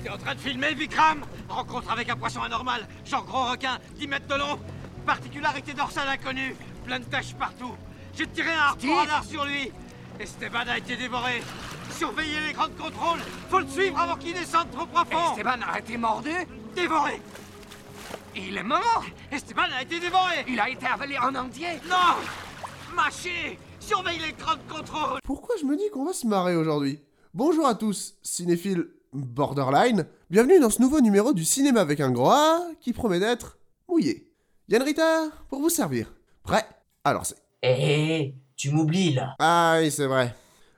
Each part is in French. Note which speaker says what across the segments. Speaker 1: T'es en train de filmer, Vikram Rencontre avec un poisson anormal, genre gros requin, 10 mètres de long, particularité dorsale inconnue, plein de taches partout. J'ai tiré un harpon radar sur lui. Esteban a été dévoré. Surveillez les grandes contrôles, faut le suivre avant qu'il descende trop
Speaker 2: Oh.
Speaker 1: profond.
Speaker 3: Esteban a été mordu
Speaker 1: Dévoré
Speaker 3: Il est mort
Speaker 1: Esteban a été dévoré
Speaker 3: Il a été avalé en entier
Speaker 1: Non Mâché Surveille les grandes contrôles
Speaker 4: Pourquoi je me dis qu'on va se marrer aujourd'hui Bonjour à tous, cinéphiles borderline, bienvenue dans ce nouveau numéro du cinéma avec un gros A qui promet d'être mouillé. Yann Ritter, pour vous servir. Prêt Alors c'est...
Speaker 5: Hé, hé, hé, Eh, tu m'oublies là.
Speaker 4: Ah oui, c'est vrai.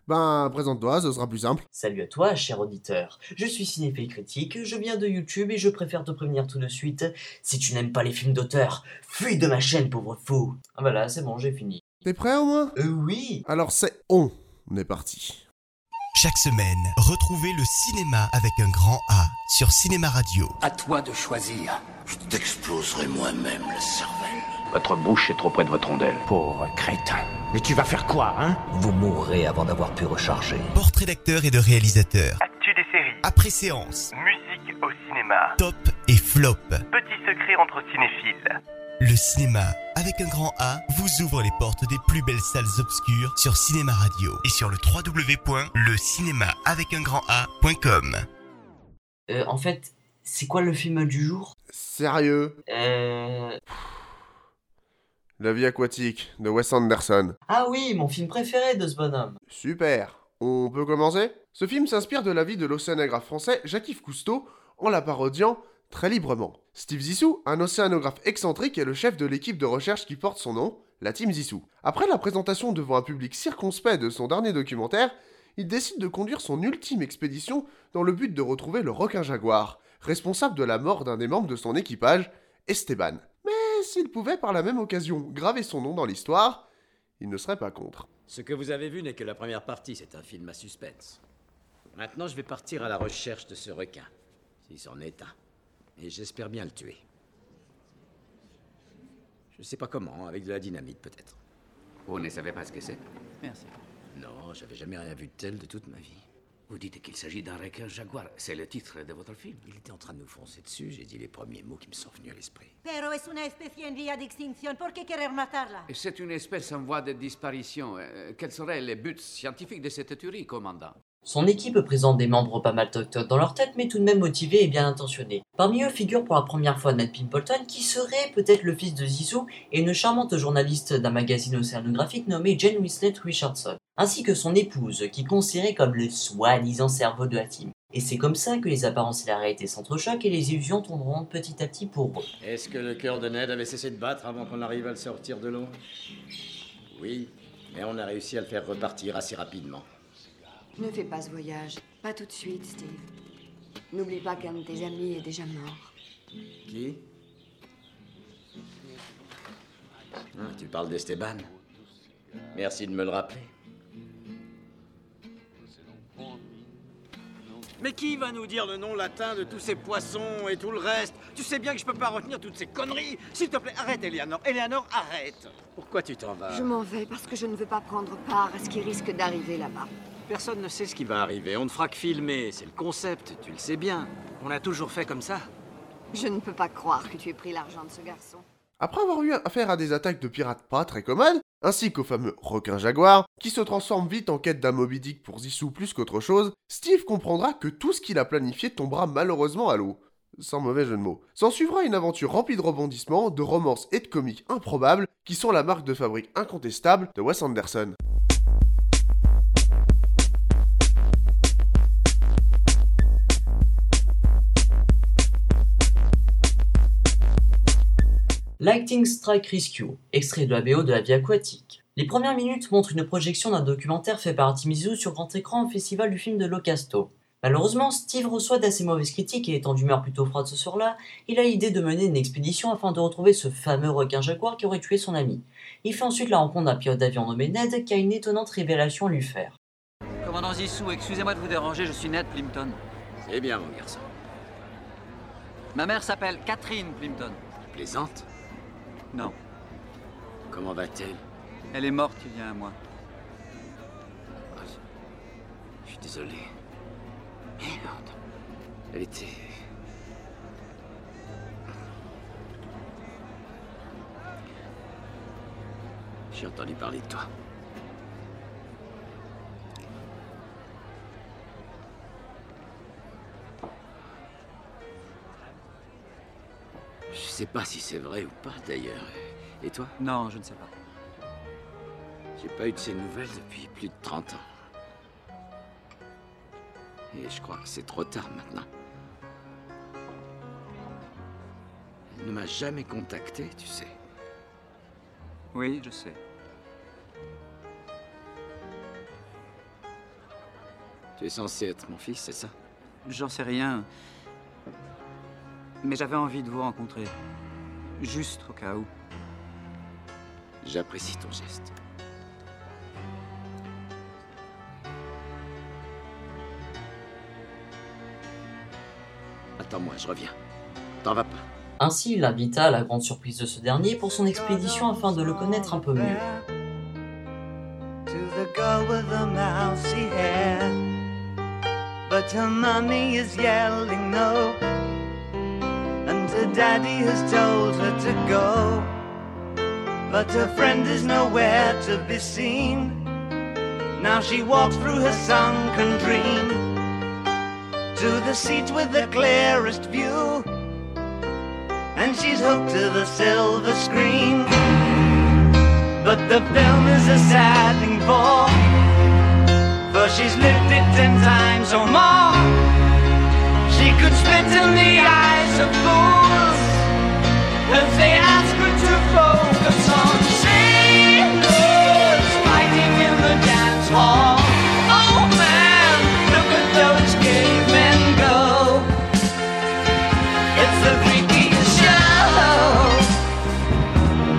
Speaker 4: Ben, présente-toi, ce sera plus simple.
Speaker 5: Salut à toi, cher auditeur. Je suis Cinéphile Critique, je viens de YouTube et je préfère te prévenir tout de suite. Si tu n'aimes pas les films d'auteur, fuis de ma chaîne, pauvre fou. Ah voilà, c'est bon, j'ai fini.
Speaker 4: T'es prêt au moins
Speaker 5: Euh oui
Speaker 4: Alors c'est... On est parti.
Speaker 6: Chaque semaine, retrouvez le cinéma avec un grand A sur Cinéma Radio.
Speaker 3: À toi de choisir.
Speaker 7: Je t'exploserai moi-même la cervelle.
Speaker 8: Votre bouche est trop près de votre rondelle.
Speaker 9: Pauvre crétin. Mais tu vas faire quoi, hein
Speaker 10: Vous mourrez avant d'avoir pu recharger.
Speaker 6: Portrait d'acteurs et de réalisateurs.
Speaker 11: Actu des séries.
Speaker 6: Après séance,
Speaker 11: Musique au cinéma.
Speaker 6: top et flop.
Speaker 11: Petit secret entre cinéphiles.
Speaker 6: Le cinéma avec un grand A vous ouvre les portes des plus belles salles obscures sur Cinéma Radio et sur le www.lecinémaavecungranda.com.
Speaker 5: Euh, en fait, c'est quoi le film du jour
Speaker 4: Sérieux
Speaker 5: Euh...
Speaker 4: La vie aquatique de Wes Anderson.
Speaker 5: Ah oui, mon film préféré de ce bonhomme.
Speaker 4: Super. On peut commencer Ce film s'inspire de la vie de l'océanographe français Jacques-Yves Cousteau en la parodiant très librement. Steve Zissou, un océanographe excentrique, est le chef de l'équipe de recherche qui porte son nom, la Team Zissou. Après la présentation devant un public circonspect de son dernier documentaire, il décide de conduire son ultime expédition dans le but de retrouver le requin jaguar, responsable de la mort d'un des membres de son équipage, Esteban. Mais s'il pouvait par la même occasion graver son nom dans l'histoire, il ne serait pas contre.
Speaker 12: Ce que vous avez vu n'est que la première partie, c'est un film à suspense. Maintenant, je vais partir à la recherche de ce requin, si c'en est un. Et j'espère bien le tuer. Je sais pas comment, avec de la dynamite peut-être.
Speaker 9: Vous ne savez pas ce que c'est
Speaker 12: Merci. Non, j'avais jamais rien vu de tel de toute ma vie.
Speaker 9: Vous dites qu'il s'agit d'un requin jaguar. C'est le titre de votre film.
Speaker 12: Il était en train de nous foncer dessus, j'ai dit les premiers mots qui me sont venus à l'esprit.
Speaker 13: Pero es una especie en vía de extinción. ¿Por qué querer matarla?
Speaker 9: Et C'est une espèce en voie de disparition. Euh, Quels seraient les buts scientifiques de cette tuerie, commandant
Speaker 5: Son équipe présente des membres pas mal toc dans leur tête, mais tout de même motivés et bien intentionnés. Parmi eux figure pour la première fois Ned Pimpleton, qui serait peut-être le fils de Zissou et une charmante journaliste d'un magazine océanographique nommée Jane Winslet Richardson, ainsi que son épouse, qui est considérée comme le soi-disant cerveau de la team. Et c'est comme ça que les apparences et la réalité s'entrechoquent et les illusions tomberont petit à petit pour eux.
Speaker 12: Est-ce que le cœur de Ned avait cessé de battre avant qu'on arrive à le sortir de l'eau Oui, mais on a réussi à le faire repartir assez rapidement.
Speaker 14: Ne fais pas ce voyage. Pas tout de suite, Steve. N'oublie pas qu'un de tes amis est déjà mort.
Speaker 12: Qui Ah, Tu parles d'Esteban Merci de me le rappeler. Mais qui va nous dire le nom latin de tous ces poissons et tout le reste Tu sais bien que je peux pas retenir toutes ces conneries S'il te plaît, arrête, Eleanor Eleanor, arrête Pourquoi tu t'en vas
Speaker 14: Je m'en vais parce que je ne veux pas prendre part à ce qui risque d'arriver là-bas.
Speaker 12: Personne ne sait ce qui va arriver. On ne fera que filmer. C'est le concept, tu le sais bien. On a toujours fait comme ça.
Speaker 14: Je ne peux pas croire que tu aies pris l'argent de ce garçon.
Speaker 4: Après avoir eu affaire à des attaques de pirates pas très communes, ainsi qu'au fameux requin jaguar, qui se transforme vite en quête d'un Moby Dick pour Zissou plus qu'autre chose, Steve comprendra que tout ce qu'il a planifié tombera malheureusement à l'eau. Sans mauvais jeu de mots. S'en suivra une aventure remplie de rebondissements, de romances et de comiques improbables, qui sont la marque de fabrique incontestable de Wes Anderson.
Speaker 5: Lighting Strike Rescue, extrait de la BO de la vie aquatique. Les premières minutes montrent une projection d'un documentaire fait par Artimisu sur grand écran au festival du film de Locasto. Malheureusement, Steve reçoit d'assez mauvaises critiques et étant d'humeur plutôt froide ce soir-là, il a l'idée de mener une expédition afin de retrouver ce fameux requin jaguar qui aurait tué son ami. Il fait ensuite la rencontre d'un pilote d'avion nommé Ned qui a une étonnante révélation à lui faire.
Speaker 3: Commandant Zissou, excusez-moi de vous déranger, je suis Ned Plimpton.
Speaker 12: C'est Eh bien, mon garçon.
Speaker 3: Ma mère s'appelle Catherine Plimpton.
Speaker 12: Plaisante
Speaker 3: Non,
Speaker 12: Comment va-t-elle
Speaker 3: elle est morte il y a un mois.
Speaker 12: Je suis désolé. Merde.
Speaker 9: Elle était. J'ai entendu parler de toi. Je sais pas si c'est vrai ou pas d'ailleurs. Et toi
Speaker 3: Non, je ne sais pas.
Speaker 9: J'ai pas eu de ses nouvelles depuis plus de 30 ans. Et je crois que c'est trop tard maintenant. Elle ne m'a jamais contacté, tu sais.
Speaker 3: Oui, je sais.
Speaker 9: Tu es censé être mon fils, c'est ça
Speaker 3: J'en sais rien. Mais j'avais envie de vous rencontrer. Juste au cas où.
Speaker 9: J'apprécie ton geste. Attends-moi, je reviens. T'en vas pas.
Speaker 5: Ainsi, il l'invita à la grande surprise de ce dernier pour son expédition afin de le connaître un peu mieux.
Speaker 2: To the girl with the mousy hair. But her mommy is yelling no. And her daddy has told her to go. But her friend is nowhere to be seen. Now she walks through her sunken dream to the seat with the clearest view. And she's hooked to the silver screen. But the film is a sad thing for, for she's lived it ten times or more. She could spit in the eyes of fools if they ask her to focus on sailors fighting in the dance hall. Oh man, look at those cavemen go. It's the freakiest show.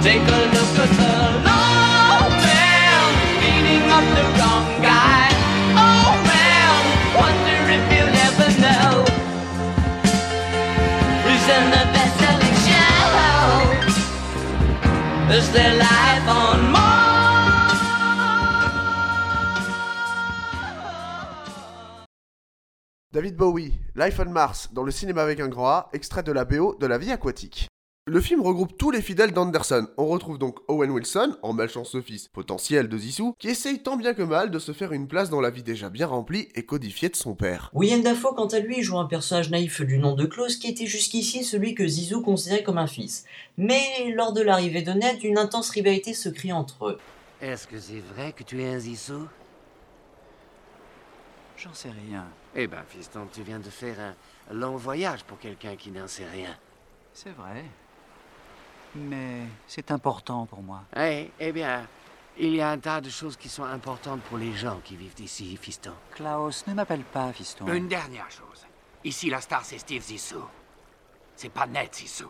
Speaker 2: Take a look at the low man beating up the wrong guy. Oh man, wonder if you'll ever know who's in the best-selling show. Is their life on Mars?
Speaker 4: David Bowie, Life on Mars, dans le cinéma avec un grand A, extrait de la BO de La vie aquatique. Le film regroupe tous les fidèles d'Anderson. On retrouve donc Owen Wilson, en malchanceux fils potentiel de Zissou, qui essaye tant bien que mal de se faire une place dans la vie déjà bien remplie et codifiée de son père.
Speaker 5: William Dafoe, quant à lui, joue un personnage naïf du nom de Klaus qui était jusqu'ici celui que Zizou considérait comme un fils. Mais lors de l'arrivée de Ned, une intense rivalité se crée entre eux.
Speaker 15: Est-ce que c'est vrai que tu es un zissou
Speaker 3: J'en sais rien.
Speaker 15: Eh ben, fiston, tu viens de faire un long voyage pour quelqu'un qui n'en sait rien.
Speaker 3: C'est vrai. Mais Eh, c'est important pour moi.
Speaker 15: Eh, eh bien, il y a un tas de choses qui sont importantes pour les gens qui vivent ici, fiston.
Speaker 3: Klaus, ne m'appelle pas fiston.
Speaker 15: Une dernière chose. Ici, la star, c'est Steve Zissou. C'est pas net, Zissou.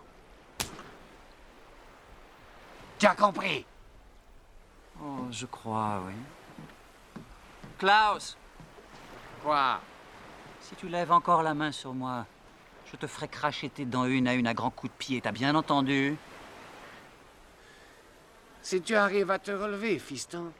Speaker 15: Tu as compris
Speaker 3: Oh, je crois, oui. Klaus
Speaker 9: Quoi
Speaker 3: Si tu lèves encore la main sur moi, je te ferai cracher tes dents une à une à grands coups de pied, t'as bien entendu
Speaker 15: Si tu arrives à te relever, fiston.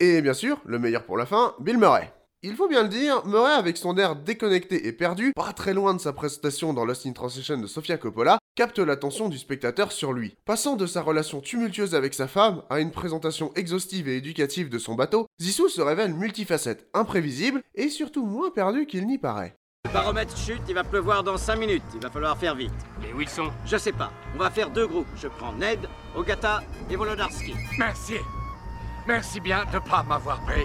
Speaker 4: Et bien sûr, le meilleur pour la fin, Bill Murray. Il faut bien le dire, Murray, avec son air déconnecté et perdu, pas très loin de sa prestation dans Lost in Translation de Sofia Coppola, capte l'attention du spectateur sur lui. Passant de sa relation tumultueuse avec sa femme à une présentation exhaustive et éducative de son bateau, Zissou se révèle multifacette, imprévisible et surtout moins perdu qu'il n'y paraît.
Speaker 12: Le baromètre chute, il va pleuvoir dans 5 minutes. Il va falloir faire vite.
Speaker 1: Et où ils sont
Speaker 12: Je sais pas. On va faire deux groupes. Je prends Ned, Ogata et Volodarski.
Speaker 7: Merci. Merci bien de pas m'avoir pris.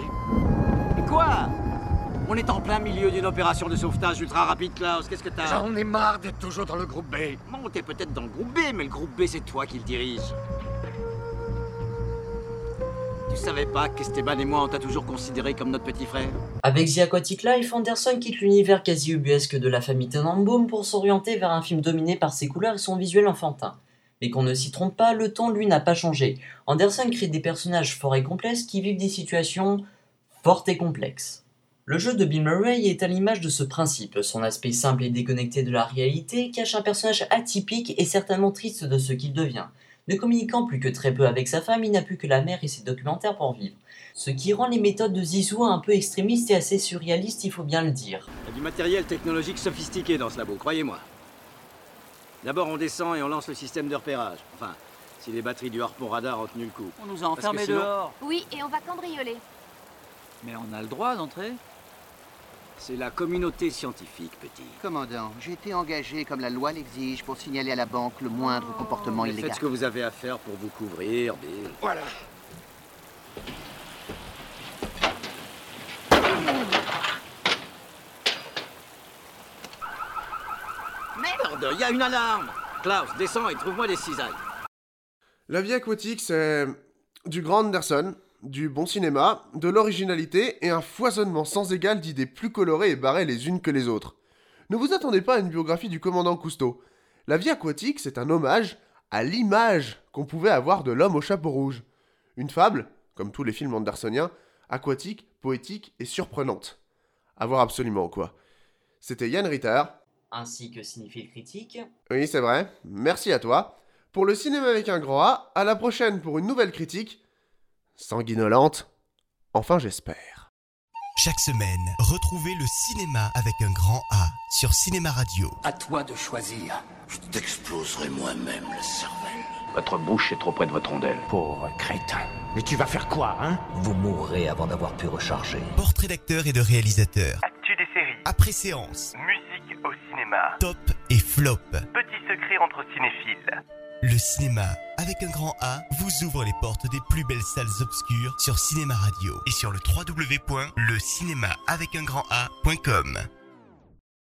Speaker 12: Quoi On est en plein milieu d'une opération de sauvetage ultra rapide, Klaus. Qu'est-ce que
Speaker 2: Ah.
Speaker 12: t'as
Speaker 7: J'en ai marre d'être toujours dans le groupe B.
Speaker 12: Bon, t'es peut-être dans le groupe B, mais le groupe B, c'est toi qui le dirige. Tu savais pas qu'Esteban et moi, on t'a toujours considéré comme notre petit frère
Speaker 5: Avec The Aquatic Life, Anderson quitte l'univers quasi ubuesque de la famille Tenenbaum pour s'orienter vers un film dominé par ses couleurs et son visuel enfantin. Mais qu'on ne s'y trompe pas, le ton, lui, n'a pas changé. Anderson crée des personnages forts et complexes qui vivent des situations fortes et complexes. Le jeu de Bill Murray est à l'image de ce principe. Son aspect simple et déconnecté de la réalité cache un personnage atypique et certainement triste de ce qu'il devient. Ne communiquant plus que très peu avec sa femme, il n'a plus que la mer et ses documentaires pour vivre. ce qui rend les méthodes de Zizou un peu extrémistes et assez surréalistes, il faut bien le dire.
Speaker 2: Il y a du matériel technologique sophistiqué dans ce labo, croyez-moi. D'abord, on descend et on lance le système de repérage. Enfin, si les batteries du harpon radar ont tenu le coup.
Speaker 16: On nous a enfermés
Speaker 2: Parce que sinon-
Speaker 16: dehors.
Speaker 17: Oui, et on va cambrioler.
Speaker 16: Mais on a le droit d'entrer.
Speaker 2: C'est la communauté scientifique, petit.
Speaker 18: Commandant, j'ai été engagé comme la loi l'exige pour signaler à la banque le moindre comportement
Speaker 2: Mais
Speaker 18: illégal.
Speaker 2: faites ce que vous avez à faire pour vous couvrir, Bill. Voilà. Merde, il y a une alarme Klaus, descends et trouve-moi des cisailles.
Speaker 4: La vie aquatique, c'est du grand Anderson, du bon cinéma, de l'originalité et un foisonnement sans égal d'idées plus colorées et barrées les unes que les autres. Ne vous attendez pas à une biographie du commandant Cousteau. La vie aquatique, c'est un hommage à l'image qu'on pouvait avoir de l'homme au chapeau rouge. Une fable, comme tous les films andersoniens, aquatique, poétique et surprenante. À voir absolument quoi. C'était Yann Ritter.
Speaker 5: Ainsi que signifie le critique.
Speaker 4: Oui, c'est vrai. Merci à toi. Pour le cinéma avec un grand A, à la prochaine pour une nouvelle critique. Sanguinolente. Enfin, j'espère.
Speaker 6: Chaque semaine, retrouvez le cinéma avec un grand A sur Cinéma Radio.
Speaker 15: À toi de choisir. Je t'exploserai moi-même le cervelle. Votre bouche est trop près de votre rondelle. Pauvre crétin. Mais tu vas faire quoi, hein
Speaker 19: Vous mourrez avant d'avoir pu recharger.
Speaker 6: Portrait d'acteurs et de réalisateurs.
Speaker 11: Actu des séries.
Speaker 6: Après séance.
Speaker 11: Musique au cinéma.
Speaker 6: Top et flop.
Speaker 11: Petit secret entre cinéphiles.
Speaker 6: Le cinéma avec un grand A vous ouvre les portes des plus belles salles obscures sur Cinéma Radio et sur le www.lecinémaavecungranda.com.